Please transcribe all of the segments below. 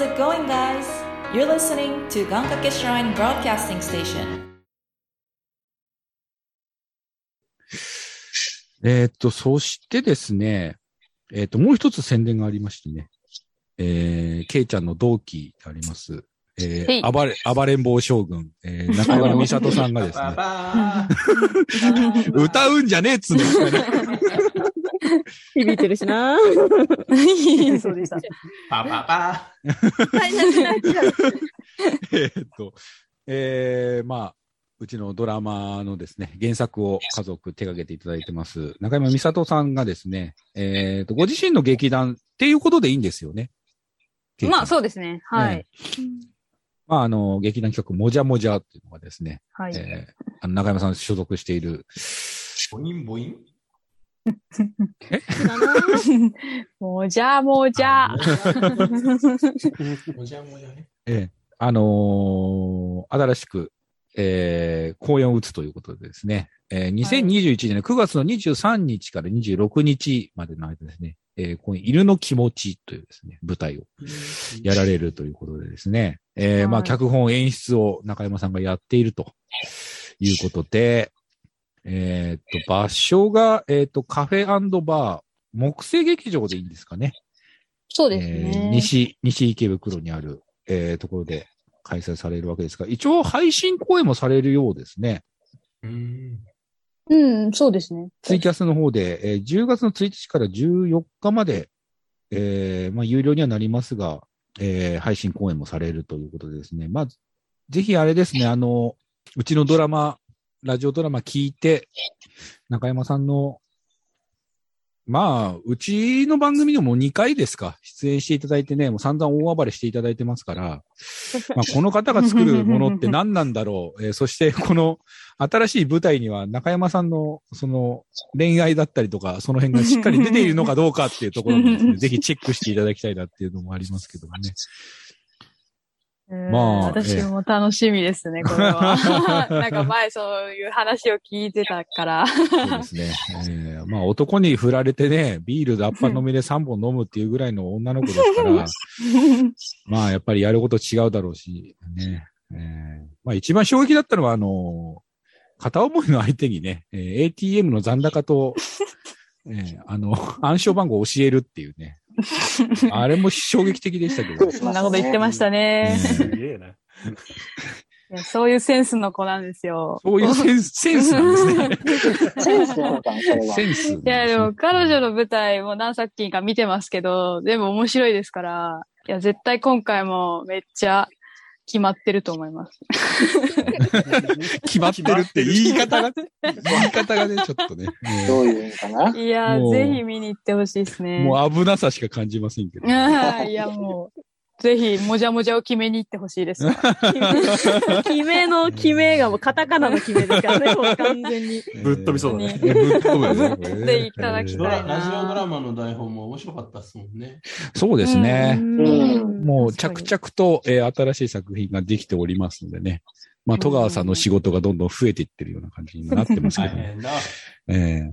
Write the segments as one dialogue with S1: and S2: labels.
S1: it going, guys? You're listening to Gankake Shrine Broadcasting Station.
S2: えーっと、そしてですね、えーっと、もう一つ宣伝がありましてね、えー、ケイちゃんの同期であります、え
S3: は
S2: ー、
S3: い
S2: 暴れ、暴れん坊将軍、えー、中村美里さんがです ね、
S4: バ
S2: 歌うんじゃねえっつうんですよね。
S5: 響いてる しな。
S6: そうでした。
S4: バババ
S2: えーっと、えー、まあ、うちのドラマのですね、原作を家族手掛けていただいてます、中山美里さんがですね、えーっと、ご自身の劇団っていうことでいいんですよね。ケイちゃん
S3: まあ、そうですね。はい。
S2: まあ、あの、劇団企画、もじゃもじゃっていうのがですね、
S3: はい。
S2: えーあの中山さん所属している、
S4: ボインボイン
S3: もじゃもじゃ。
S4: もじゃもじゃね。
S2: えーあのー新しく、えー公演を打つということでですね、えー2021年の9月の23日から26日までの間ですね、えー公演、犬の気持ちというですね、舞台をやられるということでですね、えーまあ、
S3: はい
S2: 脚本演出を中山さんがやっているということで、えーっと、場所が、えーっと、カフェバー、木星劇場でいいんですかね。
S3: そうです
S2: えー
S3: ね。
S2: 西、西池袋にある、えーところで開催されるわけですが、一応配信公演もされるようですね。
S4: うん。
S3: うん、そうですね。
S2: ツイキャスの方で、えー10月の1日から14日まで、えーまあ、有料にはなりますが、えー配信公演もされるということでですね。まあ、ぜひあれですね、あの、うちのドラマ、ラジオドラマ聞いて、中山さんの、まあ、うちの番組でも2回ですか、出演していただいてね、もう散々大暴れしていただいてますから、まあ、この方が作るものって何なんだろう、えーそしてこの新しい舞台には中山さんのその恋愛だったりとか、その辺がしっかり出ているのかどうかっていうところも ですね、ぜひチェックしていただきたいなっていうのもありますけどもね。まあ
S3: うん私も楽しみですね、これ は。なんか前そういう話を聞いてたか ら。
S2: そうですね。えーまあ男に振られてね、ビールでアッパ飲みで3本飲むっていうぐらいの女の子です から、まあやっぱりやること違うだろうし、ね。えーまあ一番衝撃だったのは、あの片思いの相手にね、えー ATM の残高と、 えーあの、暗証番号を教えるっていうね。あれも衝撃的でしたけど。
S3: そんなこと言ってましたね。
S6: すげえな。
S3: いやそういうセンスの子なんですよ。
S2: そういうセンス、センスなんですね。
S7: センスなのかな、それは。
S2: センスなんすね、
S3: いや、でも彼女の舞台も何作品か見てますけど、全部面白いですから、いや、絶対今回もめっちゃ決まってると思います。
S2: 決まってるって言い方が、言い方がね、ちょっとね。えー
S7: どういうのかない
S3: や
S2: も
S3: ー、
S2: う
S3: ぜひ見に行ってほしいですね。
S2: もう危なさしか感じませんけど。
S3: あ ーいや、もう、ぜひ、もじゃもじゃを決めに行ってほしいです。
S5: 決めの決めがもうカタカナの決めですから ね、もう完全に。
S6: ぶっ飛びそうだね。
S2: えー。ぶっ飛ぶよね
S3: ぶっ飛んでいただき
S4: ド
S3: たい
S4: ララジオドラマの台本も面白かったっすもんね。
S2: そうですね。
S3: うん
S2: もう着々と、えー新しい作品ができておりますのでね。まあ、戸川さんの仕事がどんどん増えていってるような感じになってますけ
S4: 大
S2: ど、ね
S4: 変だ。
S2: えー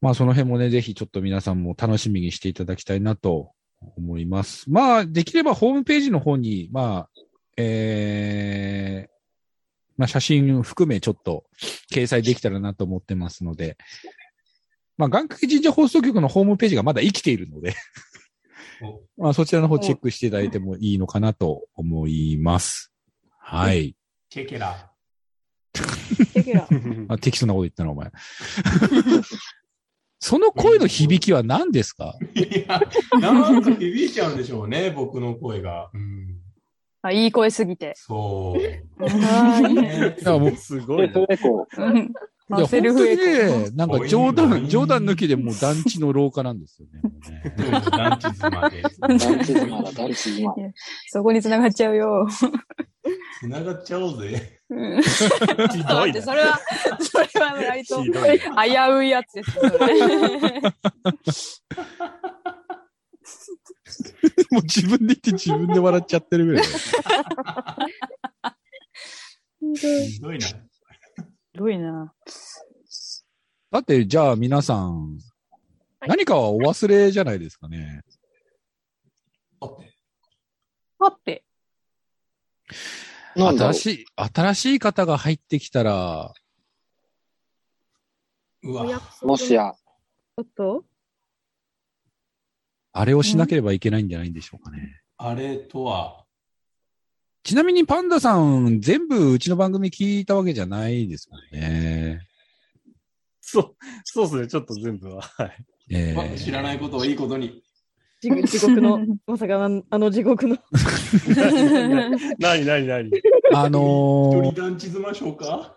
S2: まあ、その辺もね、ぜひちょっと皆さんも楽しみにしていただきたいなと思います。まあ、できればホームページの方に、まあ、えーまあ、写真含めちょっと掲載できたらなと思ってますので、まあ、眼科神社放送局のホームページがまだ生きているので、まあ、そちらの方チェックしていただいてもいいのかなと思います。はい。
S4: チェケラ。
S2: あ、適当なこと言ったな、お前。 その声の響きは何ですか
S4: いや、なんか響いちゃうんでしょうね、僕の声が。うん。
S3: あいい声す ぎて。
S4: そう。
S2: いやもう
S6: すごいな。
S7: それこ
S3: うん
S2: いや
S3: セルフエコー
S2: 本当にね、なんか冗談、冗談抜きでもう団地の廊下なんですよね。もうね
S4: でも団地妻で。
S7: う、団地妻だ、団地妻。
S3: そこに繋がっちゃうよ。
S4: 繋がっちゃおうぜ。
S3: うんち
S6: ひ
S3: ょっと
S6: ど
S3: 待
S6: い
S3: って、
S6: な。
S3: それは、それは割と
S6: ひどい
S3: 危ういやつですよ、それ
S2: もう自分で言って自分で笑っちゃってるぐら い。
S4: ひどいな。
S3: ひどいな。
S2: だって、じゃあ皆さん、何かはお忘れじゃないですかね。
S4: あ
S5: パって。
S7: なんだろ
S2: 新
S7: う
S2: しい、新しい方が入ってきたら、
S4: う
S5: お
S4: わ、
S5: 約束
S7: もしや、
S5: ちょっと
S2: あれをしなければいけないんじゃないんでしょうかね。
S4: あれとは、
S2: ちなみにパンダさん、全部うちの番組聞いたわけじゃないですもんね。
S6: そう、そうですね、ちょっと全部は。はい。
S2: え
S4: まあ知らないことをいいことに。
S5: 地獄地獄 の、まさかあの地獄の。
S6: 何、何、何。ひ
S2: あの
S4: 一人
S2: ー、
S4: 団地妻しょうか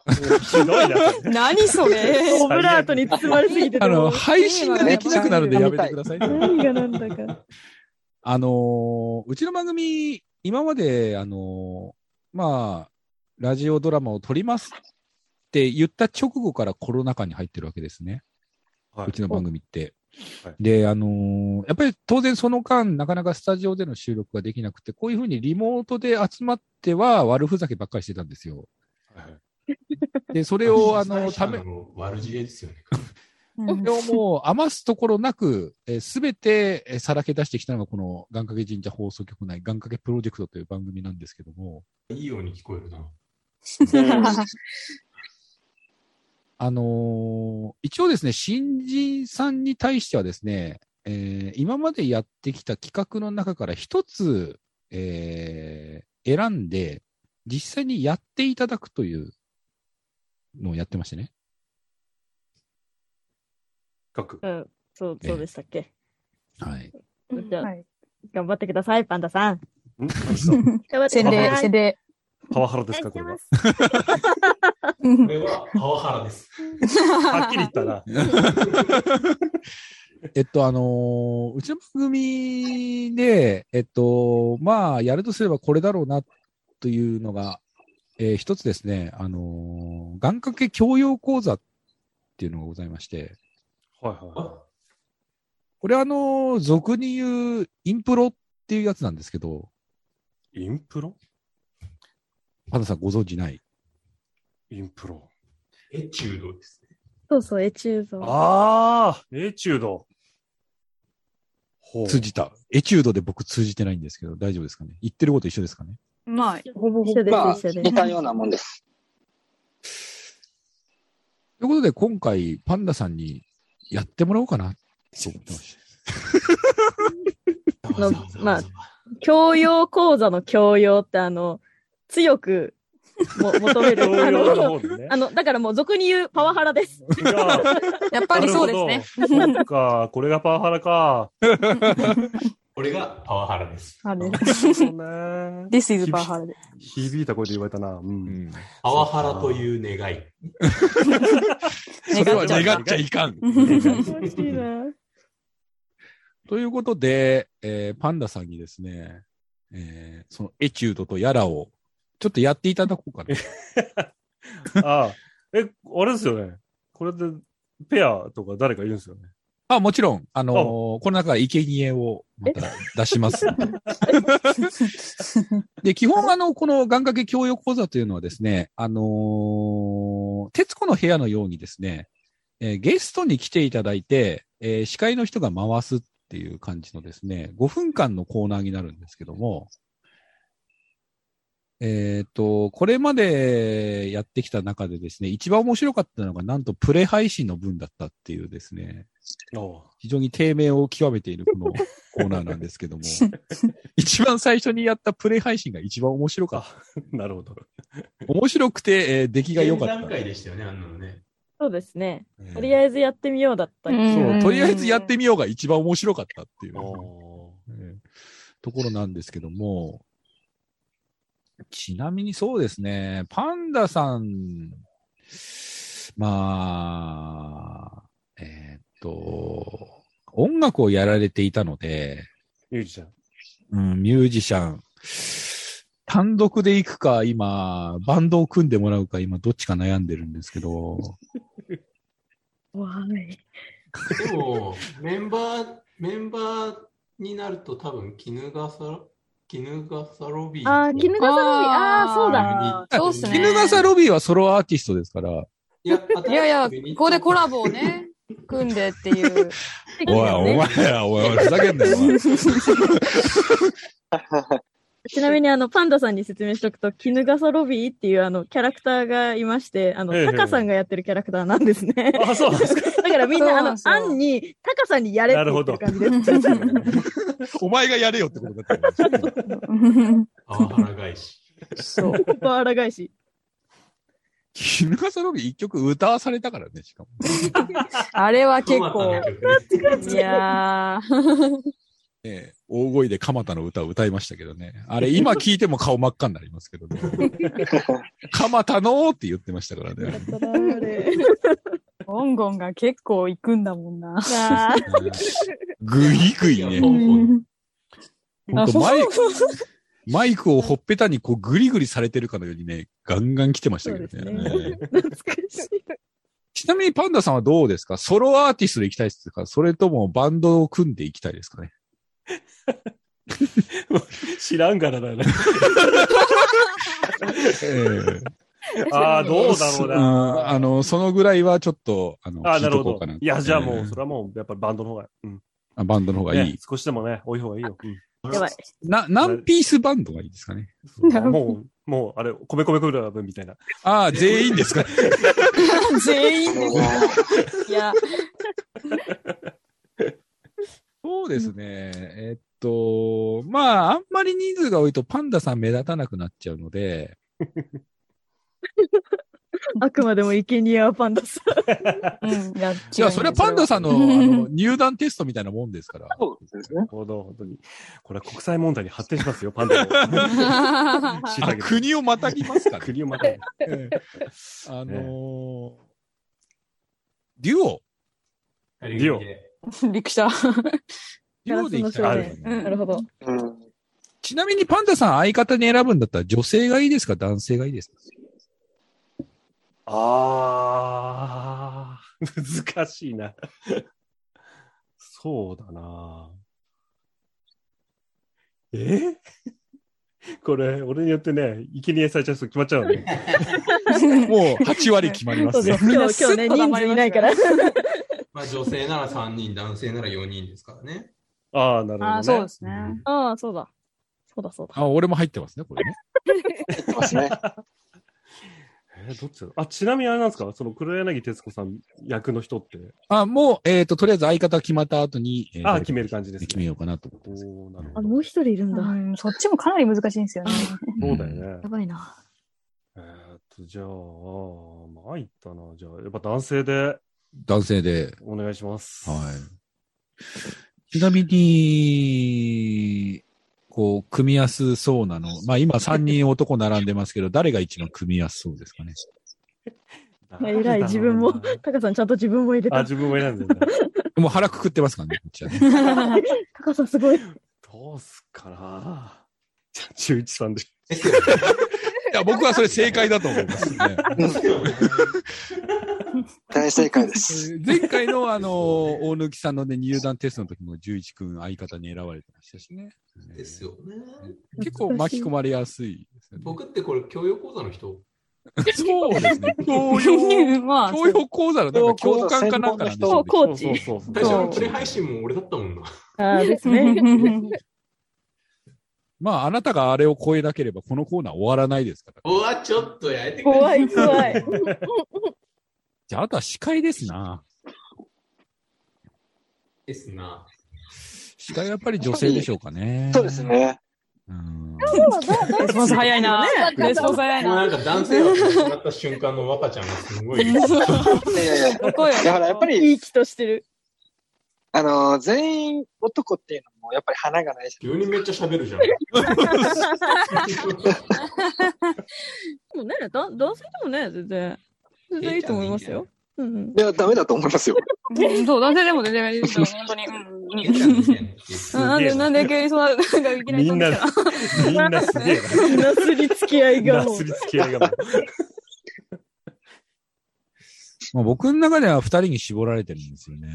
S6: どいな。
S3: 何それ
S5: オブラートに包まれすぎて
S2: あ
S5: ても
S2: の、
S5: う
S2: 配信ができなくなるんでやめてください。
S5: 何がなんだか。
S2: あのーうちの番組、今まで、あのーまあ、ラジオドラマを撮りますって言った直後からコロナ禍に入ってるわけですね。
S6: はいう
S2: ちの番組って。
S6: はい
S2: で、あのーやっぱり当然その間、なかなかスタジオでの収録ができなくて、こういうふうにリモートで集まっては悪ふざけばっかりしてたんですよ。で、それ を、あの、ため、
S4: もう悪知恵ですよね。
S2: それをもう余すところなく、すべてえーさらけ出してきたのがこの願掛け神社放送局内願掛けプロジェクトという番組なんですけども、
S4: いいように聞こえるな。
S2: あのー一応ですね、新人さんに対してはですね、えー今までやってきた企画の中から一つ、えー選んで、実際にやっていただくというのをやってましてね。
S6: 各
S5: う。ん、そう、そうでしたっけ。
S2: はい。
S5: じゃあ、
S3: はい
S5: 頑張ってください、パンダさん。
S6: ん何した
S5: 頑張って
S3: 洗
S5: くだ
S3: 礼、
S5: さい
S3: 洗礼。
S6: パワハラですか、これ
S4: こ
S6: は。
S4: れはパワハラです。
S6: はっきり言ったな。
S2: えっと、あのーうちの番組で、えっと、まあ、やるとすればこれだろうな、というのが、えー一つですね、あのー願掛け教養講座っていうのがございまして、
S6: はいは
S4: あ
S2: これはあのー俗に言う、インプロっていうやつなんですけど、
S6: い。インプロ
S2: パンダさんご存知ない。
S6: インプロ。
S4: エチュードですね。
S5: そうそう、エチュード。
S6: ああ、エチュード。ほう
S2: 通じた。エチュードで僕通じてないんですけど、大丈夫ですかね言ってること一緒ですかね
S3: まあ、
S5: ほぼほぼ一緒
S7: まあ、
S5: です、一緒で
S7: 似たようなもんです。
S2: ということで、今回、パンダさんにやってもらおうかな、と思ってまして。
S5: のまあす。教養講座の教養って、あの、強くも求める。
S6: 教
S5: あ
S6: 養の
S5: の
S6: 方でね
S5: あ。の、だからもう俗に言うパワハラです。
S3: やっぱりそうですね。
S6: なるほど。そっか、これがパワハラか。
S4: これがパワハラです。
S3: あれ。
S6: そうね。
S3: This is パワハラで。
S6: 響いた声で言われたな。うん。
S4: パワハラという願い。
S2: それは
S3: 願っちゃ
S2: 願っちゃいかん。
S5: 楽しいな。
S2: ということで、えーパンダさんにですね、えーそのエチュードとやらを、ちょっとやっていただこうかな。
S6: ああ。え、あれですよね。これで、ペアとか誰かいるんですよね。
S2: あ、もちろん、あのーこの中から生贄をまた出します。で、基本、あの、この願掛け教養講座というのはですね、あのー徹子の部屋のようにですね、えーゲストに来ていただいて、えー司会の人が回すっていう感じのですね、5分間のコーナーになるんですけども、えっ、と、これまでやってきた中でですね、一番面白かったのが、なんとプレ配信の分だったっていうですね、
S6: おう
S2: 非常に低迷を極めているこのコーナーなんですけども、一番最初にやったプレ配信が一番面白かっ
S6: あ、なるほど。
S2: た。面白くて、えー出来が良かっ
S4: 前
S2: た。
S4: 段階でしたよね、あんなのね。
S5: そうですね。
S2: えー
S5: とりあえずやってみようだった。
S3: うん
S5: そう
S2: そうとりあえずやってみようが一番面白かったっていう、
S6: お
S2: えーところなんですけども、ちなみにそうですね、パンダさん、まあ、えーっと、音楽をやられていたので、
S6: ゆうじちゃん。
S2: うん、ミュージシャン。単独で行くか、今、バンドを組んでもらうか、今、どっちか悩んでるんですけど、
S5: 怖い。
S4: でも、 メンバー、メンバーになると多分、絹笠、絹笠ロビー。
S5: ああ、絹笠の海。
S3: あー
S5: ああー、そうだ。
S4: だ
S3: そうっすね
S2: 絹笠ロビーはソロアーティストですから、
S4: いや、
S3: いやいや、
S4: 新しくユニッ
S3: こ
S4: ト
S3: こでコラボをね、組んでっていう。
S2: おい、お前ら、おい、おいふざけんなよ、お前
S5: ちなみにあの、パンダさんに説明しとくと、絹笠ロビーっていうあの、キャラクターがいまして、あの、
S6: ええ
S5: タカさんがやってるキャラクターなんです ね。
S6: あ、そうなんで すか。
S5: だからみんな、あの、
S3: そう
S5: ア
S3: そう
S5: ンに、タカさんにやれって言ってる感じ です。
S2: お前がやれよってことだったよね。
S4: パワハラ返し。
S5: そう。パワーラ返し。
S2: 絹笠ロビー一曲歌わされたからね、しかも。
S3: あれは結構。
S4: トマトの曲ね
S3: いやー、
S2: ね、大声で蒲田の歌を歌いましたけどね。あれ、今聞いても顔真っ赤になりますけどね。蒲田のーって言ってましたから ね。
S3: ゴンゴンが結構行くんだもんな。
S5: あー
S2: ぐいぐいね。ほんとマイクマイクをほっぺたにこうぐりぐりされてるかのようにね、ガンガン来てましたけど ね。
S5: そう
S2: ね
S5: 懐かしい。
S2: ちなみにパンダさんはどうですかソロアーティストで行きたいですかそれともバンドを組んでいきたいですかね
S6: 知らんからだよね。あ
S3: あ
S6: あ、 どうだろう
S2: ん
S6: な。
S2: あの、そのぐらいはちょっと、あの、
S6: ああ、
S2: 聞
S6: ないる
S2: と
S6: ほ
S2: こう
S6: ど
S2: かな。
S6: いや、じゃあもう、
S2: ね
S6: それはもう、やっぱりバンドの方が、うん。
S2: あバンドの方がいい
S6: ね。少しでもね、多い方がいいよ。うん
S5: やばい。
S2: な、何ピースバンドがいいですかね。
S6: もう、もう、あれ、米米クーラー分みたいな。
S2: ああ、全員です か。
S3: 全員で
S7: う
S3: いや、
S2: そうですね。えっと、まあ、あんまり人数が多いとパンダさん目立たなくなっちゃうので、
S5: あくまでも生贄はパンダさん。
S3: うん、いや、
S2: いや、それはパンダさんのあの入団テストみたいなもんですから。
S7: ですね。
S6: ほど、本当に。これは国際問題に 発展しますよ、パンダも。
S2: あの国をまたぎますから、
S6: 国をまたい
S2: ええあのーデュオ。
S4: リ オ。
S3: びっくりした。
S2: デュオで行きたいです
S6: ガラ
S2: ね、
S3: 年
S6: スの少
S3: うん
S5: なるほど。
S7: うん。
S2: ちなみにパンダさん相方に選ぶんだったら女性がいいですか男性がいいですか
S6: あー、難しいな。そうだな。えこれ、俺によってね、生贄されちゃう人決まっちゃうのね。
S2: もう8割決まりま
S5: そう
S2: す
S5: で
S2: ね
S5: す。。今日、今日
S3: スッ
S5: ね、
S3: と
S5: 人数いないから。
S4: まあ女性なら3人、男性なら4人ですからね。
S6: ああ、なるほど、ね。
S3: ああ、そうですね。
S6: ね。
S5: ああ、そうだ。そうだ、そうだ。
S2: あ、俺も入ってますね、これね。
S7: 入ってますね。
S6: えーどっちだろうあ、ちなみにあれなんですかその黒柳徹子さん役の人って。
S2: あ、もう、えっ、と、とりあえず相方決まった後に、えー
S6: あ決める感じですね
S2: 決めようかなと思って
S6: お
S2: ます。
S6: ーなる
S5: あ、
S6: ほど。
S5: もう一人いるん
S3: う
S5: だ。
S3: ん、そっちもかなり難しいんですよね。
S6: そうだよね。
S5: やばいな。
S6: えーっと、じゃあ、参ったな。じゃあ、やっぱ男性で
S2: 男性で。
S6: お願いします。
S2: はい。ちなみに、こう、組みやすそうなの。まあ今3人男並んでますけど、誰が一番組みやすそうですかね。
S5: まあ、
S6: 誰だろうな
S5: 偉い、自分も、タカさんちゃんと自分も入れ
S6: あ、
S5: た。
S6: 自分も選んでんだ。
S2: もう腹くくってますからね、こっちはね。
S5: タカさんすごい。
S6: どうすっかな。じゃあ、中一さんで。
S4: ですよね。
S2: いや、僕はそれ正解だと思いますね。
S7: 大正解です。
S2: 前回のあの、大貫さんのね、入団テストの時も11君相方に選ばれてましたしね。
S4: ですよね。
S2: 結構巻き込まれやすいですよね。
S4: 僕ってこれ、教養講座の人
S2: そうですね。教養、
S3: うん まあ、
S2: 教養講座のなんか教官かなんかなんでしょうね
S5: コーチ
S6: そうそうそう
S4: 最初
S6: そう。
S4: のプレイ配信も俺だったも んな。
S5: ああ、です
S3: そうです
S5: ね。
S3: ね。
S2: まあ、あなたがあれを超えなければ、このコーナー終わらないですから。
S4: うわ、ちょっとやめてくれ。
S5: 怖い、怖い。
S2: じゃあ、あとは司会ですな。
S4: ですな。
S2: 司会はやっぱり女性でしょうかね。
S7: そうです。ね。
S2: うん。
S3: レスポンス早いな。レスポンス早い
S4: もう
S3: な。
S4: なんか男性枠が決まった瞬間の若ちゃんがすごい。
S7: いやいやいや
S3: どこよ
S7: だからやっぱり、
S5: いい気としてる。
S7: あのー全員男っていうのもやっぱり花がないじゃ
S4: 急にめっちゃ喋る じゃん。
S5: でもね、だ男性でもね、全然、全然いいと思いますよ。うんうん。
S7: ん。いや、ダメだと思いますよ。
S3: うんそう、男性でも全然いいですよ、本当に。うん
S4: ケンちゃんみたいな
S3: うんなんで、なんで急にそんな、なんかいきなり
S6: み
S3: 飛
S6: ん
S3: んで
S6: な
S3: きた、
S6: みんなすげえ
S5: なすり付き合い
S6: な。
S5: が
S6: な
S5: もう
S6: す。りつき合い がも
S2: まあ、僕の中では二人に絞られてるんですよね。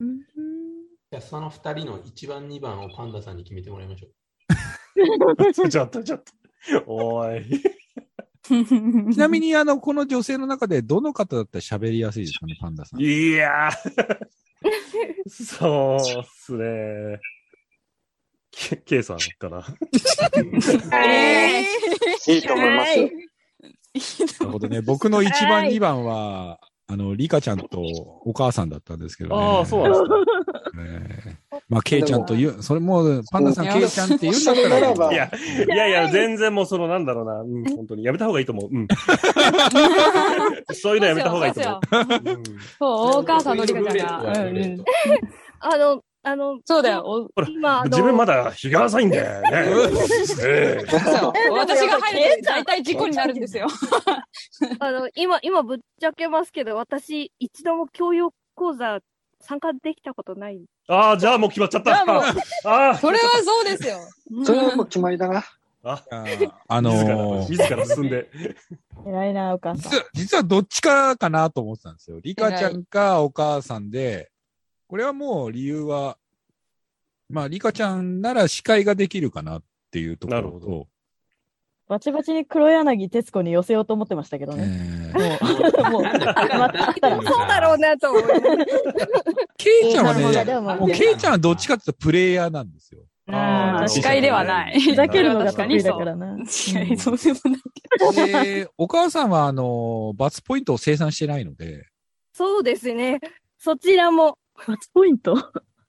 S5: うん
S4: じゃあその二人の1番、2番をパンダさんに決めてもらいましょう。
S6: う。ちょっと、ちょっと。おーい。
S2: ちなみ
S3: に。
S2: に、あの、この女性の中で、どの方だったら喋りやすいですかね、パンダさん。
S6: いやー。そうっすね。ケケイさんから。
S5: え
S7: いいと思いま すよ。
S2: なるほどね。僕の1番、
S5: はい
S2: 2番は、あの、リカちゃんとお母さんだったんですけど、ね。
S6: ああ、そうなんですか。
S2: ええまあ、ケイちゃんと言う、それもう、パンダさん、
S7: い
S8: や
S2: ケイちゃんって言うんだった
S7: それなら
S2: ら、
S7: ば
S2: い
S6: い
S2: や
S6: や、いやいや、全然もうその、なんだろうな、うん、本当に。やめた方がいいと思う。 うん。そういうのやめた方がいいと思う。うん
S3: そう、お母さんのリカちゃんが。うんうん
S5: あの、あの、
S3: そうだよ。お
S5: 今、あの、
S6: 自分まだ日が浅い んだよね。ええ
S5: もやっぱ
S3: 私が入ると大体事故になるんですよ。
S9: あの、今、今ぶっちゃけますけど、私、一度も教養講座参加できたことない。
S6: ああ、じゃあもう決まっちゃった。
S3: じゃあもう
S6: ああ、
S3: それはそうですよ。
S7: それはもう決まりだな。
S2: あのー
S6: 自ら自ら進んで。
S5: 偉いな、お母さん
S2: 実。は、実はどっちかかなと思ってたんですよ。リカちゃんかお母さんで、これはもう理由は、まあ、リカちゃんなら司会ができるかなっていうところ
S6: なるほど
S2: と、
S5: バチバチに黒柳徹子に寄せようと思ってましたけどね。
S2: ええ
S5: もう、もう、またら。
S9: そうだろうなと思います。
S2: ケイちゃんは
S5: ええな
S2: ね
S5: る、ほど
S2: もうケイちゃんはどっちかっていうとプレイヤーなんですよ。
S5: あー
S3: 司会ではない。
S5: ふざけるのが
S3: 確か
S5: 得
S3: に
S5: 意
S3: そ
S5: だ
S3: う
S5: からな。
S3: 違いそうでもない。
S2: で、お母さんは、あの、罰ポイントを生産してないので、
S9: そうですね。そちらも。
S5: マッチポイント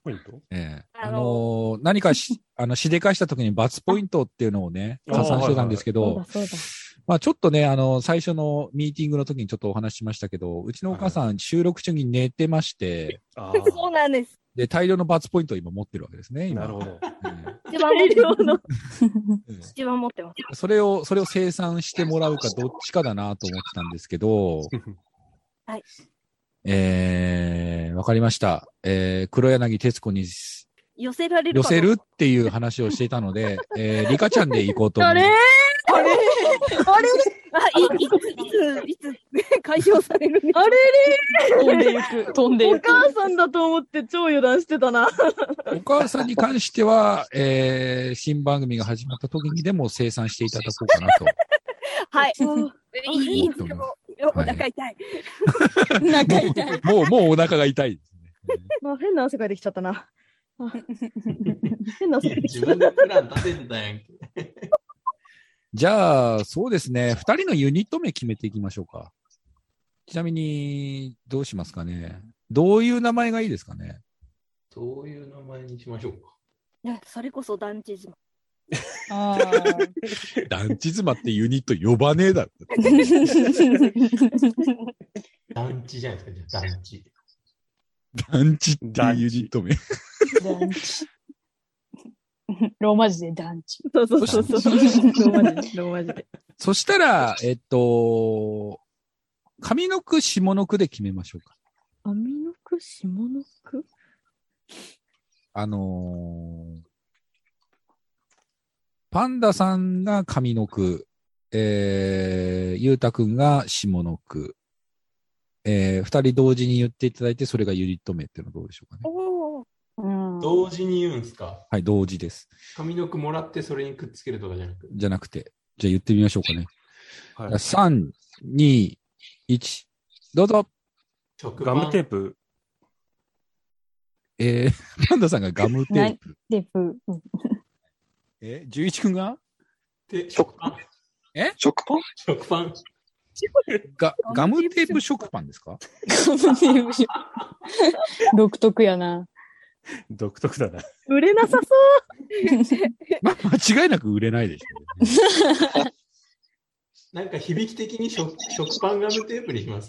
S6: ポイント
S2: ええ
S9: あの
S2: あの、何かし、あの、しでかした時に罰ポイントっていうのをね、
S6: あ
S2: 加算してたんですけ
S5: そう
S2: ど
S5: だ、そうだ。
S2: まあちょっとね、あの、最初のミーティングの時にちょっとお話ししましたけど、うちのお母さん収録中に寝てまして、
S6: あ
S9: そうなんです。
S2: で、大量の罰ポイントを今持ってるわけですね、
S6: あ、
S2: 今。
S6: なる ほど。
S2: え
S9: 一番持
S5: 大
S9: って
S5: 量
S9: ま
S5: の。
S2: えええ
S9: す。一番持ってます。
S2: それを、それを生産してもらうかどっちかだなと思ってたんですけど、
S9: はい。
S2: えー、わかりました。えー、黒柳徹子に
S9: 寄せられる
S2: 寄
S9: かな
S2: せるっていう話をしていたので、えー、リカちゃんで行こうと思
S5: あ
S2: いま
S5: れ
S2: す。
S5: あれ
S9: あ、いいつ、いつ、いつ、 解消されるんでしょう
S5: あ
S3: 飛ん
S5: れ
S3: でいく。飛んで
S5: お
S3: いく。
S5: 母さんだと思って超油断してたな。
S2: お母さんに関しては、えー、新番組が始まった時にでも生産していただこうかなと。
S9: はい。
S5: ん
S9: いい、いいつでも、お腹痛い。
S3: 仲痛い。
S2: もう、もうお腹が痛いですね。
S5: まあ、変な汗かいてきちゃったな。あ変な汗かいてき
S4: 自
S5: ちゃっ
S4: 分でプラン立ててたやんけ。
S2: じゃあ、そうですね。二人のユニット名決めていきましょうか。ちなみに、どうしますかね。どういう名前がいいですかね。
S4: どういう名前にしましょうか。
S9: いや、それこそ団地島。
S3: あー
S2: 団地妻ってユニット呼ばねえだろ。
S4: 団地じゃないですか、じゃあ団地。
S2: 団地っていうユニット名。
S3: 団地。ローマ字で団地。
S5: た。そうそうそうそう。ローマ字で、ローマ字で。
S2: そしたら、えっと、上の句、下の句で決めましょうか。
S5: 網の句、下の句
S2: あのーパンダさんが上の句、えー、ゆうたくんが下の句、えー、二人同時に言っていただいて、それがユニット名っていうのはどうでしょうかね。
S9: おお。
S3: うん
S4: 同時に言うんすか。
S2: はい、同時です。
S4: 上の句もらってそれにくっつけるとかじゃなくて。
S2: じゃなくて、じゃあ言ってみましょうかね。
S6: はい
S2: 3、2、1、どうぞ
S4: 食
S6: ガムテープ。
S2: えー、 パンダさんがガムテープ。
S3: で ぶ
S2: えー、十一くんが
S4: で食パン。
S7: 食パン
S4: 食パン。
S2: がガムテープ食パンですか
S3: 独特やな。
S6: 独特だな。
S5: 売れなさそう。
S2: まあ、間違いなく売れないでしょうね、
S4: なんか響き的に食食パンガムテープにします。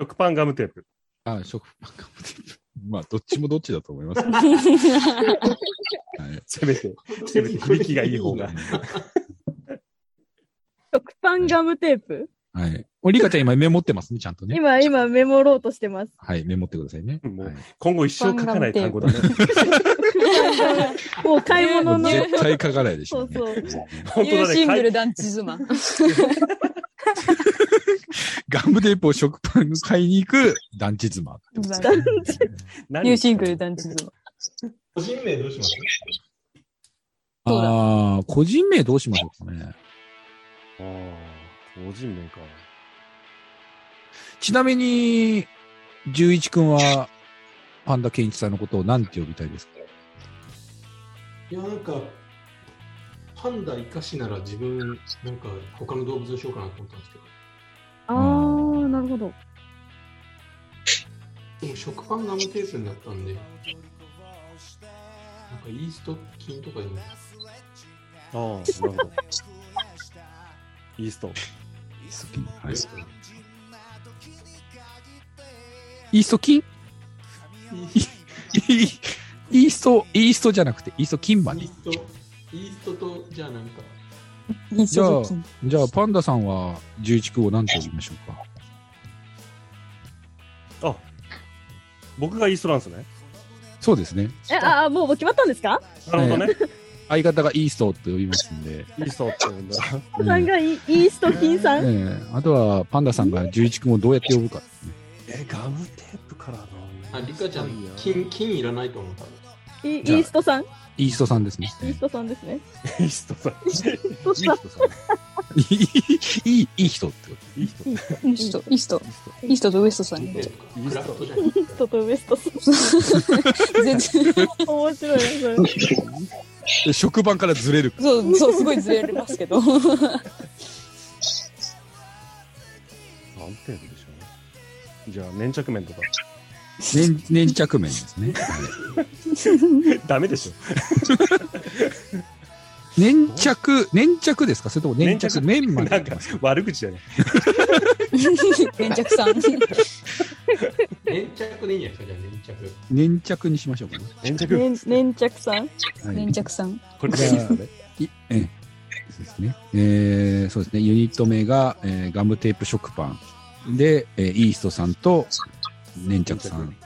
S6: 食パンガムテープ。
S2: あ、食パンガムテープ。まあ、どっちもどっちだと思いますけど。はい
S6: せめて、せめて響きがいい方が。
S5: 食パンガムテープ
S2: はい。おリカちゃん今メモってますね、ちゃんとね。
S5: 今、今メモろうとしてます。
S2: はい、メモってくださいね。
S6: もう
S2: はい
S6: 今後一生書かない単語だね。
S5: もう買い物の。
S2: 絶対書かないでしょうね。
S5: そう
S2: そ
S6: 本当
S3: ニュー
S6: だ
S3: シング
S6: ね
S3: ル。団地妻。
S2: ガムテープを食パン買いに行く団地妻。
S3: ニ
S6: ニ
S3: ューシングル団地妻。
S4: 個人名どうします
S3: そうだ
S2: ああ、個人名どうしましょうかね。
S6: ああ、個人名か。
S2: ちなみに、十一くんは、パンダケンイチさんのことを何て呼びたいですか
S4: いや、なんか、パンダ生かしなら自分、なんか他の動物にしようかなと思ったんですけど、
S9: あー、なるほど。
S4: でも食パンガムテープになったんで、なんかイースト菌とかでも、
S6: ああ、なるほど。イースト。
S2: 好きはい、イースト菌
S4: イース
S2: イースト、イーストじゃなくて、イースト金
S4: ト、
S2: ま
S4: イ
S2: で
S4: ー。スト、イーストと、じゃあなんか、
S2: じゃあ、じゃあ、パンダさんは11区を何て呼びましょうか。
S6: 僕がイーストなんですね。
S2: そうですね。
S5: え、ああ、もうもう決まったんですか
S6: なるほどね。
S2: 相方がイーストって呼びますんで。
S6: イーストって呼んだ。
S5: パンさんがイイースト金さん
S2: ええあとは、パンダさんが11君をどうやって呼ぶか。
S6: え、ガムテープからの。
S4: あ、リカちゃん、金、金いらないと思った。
S5: イイ
S2: じゃあ
S5: ーストさんイ
S2: イーストさんですね。
S5: ーストさんですね。
S6: イーストさん。イーストさ
S2: いい、いいいい人ってこ
S6: ん。イーストさん。イ
S3: イースト、イースト、イーストとウエストさんに。
S4: で
S6: ー
S4: クラ
S6: ス
S4: フ
S6: ト
S4: トじゃない。
S5: イーストとウエストさ
S3: 全然、
S5: ん。面白いね、それ。
S2: と。食パンからずれる。
S3: そう、そう、すごいずれますけど。
S6: ガムテープでしょうね。じゃあ、粘着面とか。
S2: 粘粘着面ですね。
S6: ダメでしょ。
S2: 粘着、粘着ですかそれとも粘着
S6: 粘
S2: 面まで
S6: なんか、悪口だね。
S3: 粘着さん。
S4: 粘着でいいんじゃないですか、じゃ
S2: 粘着にしましょうかね。
S6: 粘着面。
S5: 粘粘着さん。
S2: はい
S3: 粘着さん。
S6: これでいいですかね。
S2: いええそうですね。えーそうですね。ユニット名が、えーガムテープ食パン。で、えーイーストさんと、粘着さん。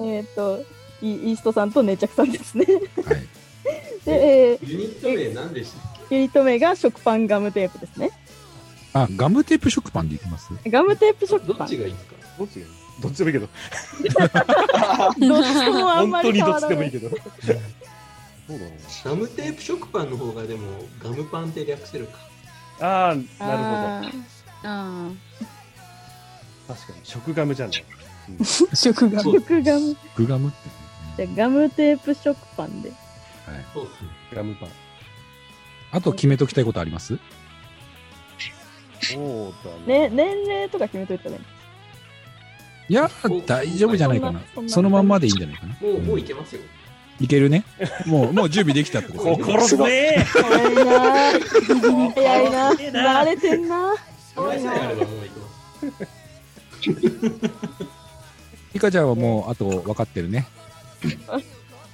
S5: えっ、と、イイーストさんと粘着さんですね。
S2: はい。
S5: で、え
S4: あね。ユニット名何でしたっ
S5: ー、ユニット名が食パンガムテープですね。
S2: あ、ガムテープ食パンでいきます
S5: ガムテープ
S4: け
S5: 食
S4: ど
S5: パ
S4: っ
S5: ン。
S4: ちがいいですか
S6: どっちがいいどっちでもいいけど。
S5: どっちもあん
S6: 本
S5: ま
S6: 当
S5: り
S6: に
S5: 変
S6: ど
S5: わ
S6: っち
S5: ら
S6: で
S5: な
S6: もいい
S5: い。
S6: けど。そうだろ
S4: ガムテープ食パンの方がでもガムパンって略せるか。
S6: う な。ああ、なる
S5: るほど。
S3: あ
S6: ほど。確かに。食ガムじゃない。
S3: あ。食が。
S5: 食ガム。
S2: グガムって、
S5: じゃあガムテープ食パンで。
S4: そうですね。
S6: ガムパン。
S2: あと決めときたいことあります
S6: そうだ
S5: ね、年齢とか決めといたらいい。
S2: いや、大丈夫じゃないかな。
S5: そんなそんな
S2: そのまんまでいいんじゃないかな。
S4: もう、もうい
S2: ん
S4: けますよ。
S2: いけるね。もう、もう準備できたってことですね。
S6: 心強え
S5: 早いなぁ。早いな
S6: え
S5: ぁ。
S6: な
S5: 慣れてんなぁ。
S4: これさえあればもういけます。
S2: リカちゃんはもう、あと分かってるね。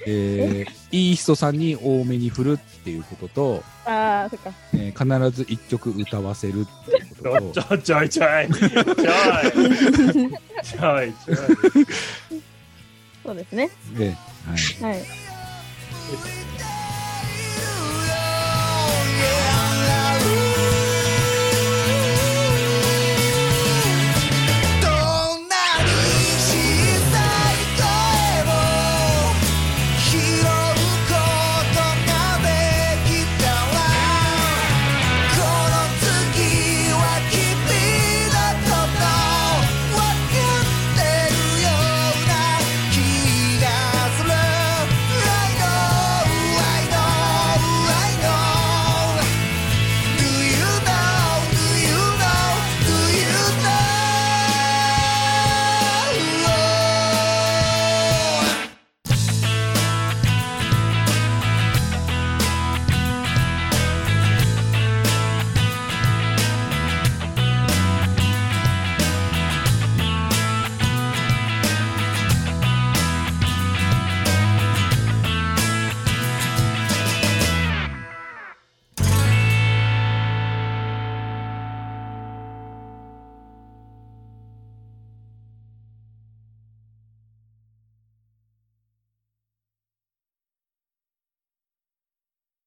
S2: えー、イーストさんに多めに振るっていうことと、
S5: ああ、そっか。
S2: えー必ず一曲歌わせるっていう
S6: ちょ
S2: こ
S6: ち
S2: とと、
S6: ょちょいちょ いちょいちょいちょい
S5: そうですね。
S2: で、はい。
S5: はい。
S4: え